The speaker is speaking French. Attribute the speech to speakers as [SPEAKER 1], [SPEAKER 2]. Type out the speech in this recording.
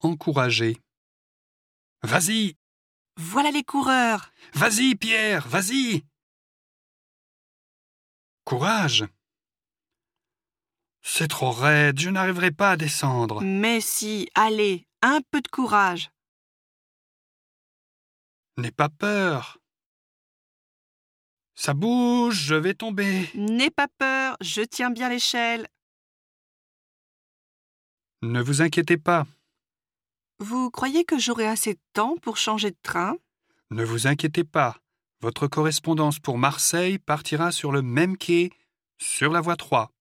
[SPEAKER 1] Encourager. Vas-y,
[SPEAKER 2] Voilà les coureurs
[SPEAKER 1] vas-y Pierre, vas-y. Courage. C'est trop raide, je n'arriverai pas à descendre.
[SPEAKER 2] Mais si, allez, un peu de courage
[SPEAKER 1] N'aie pas peur. Ça bouge, je vais tomber.
[SPEAKER 2] N'aie pas peur, je tiens bien l'échelle
[SPEAKER 1] Ne vous inquiétez pas,
[SPEAKER 2] Vous croyez que j'aurai assez de temps pour changer de train
[SPEAKER 1] ne vous inquiétez pas. Votre correspondance pour Marseille partira sur le même quai, sur la voie 3.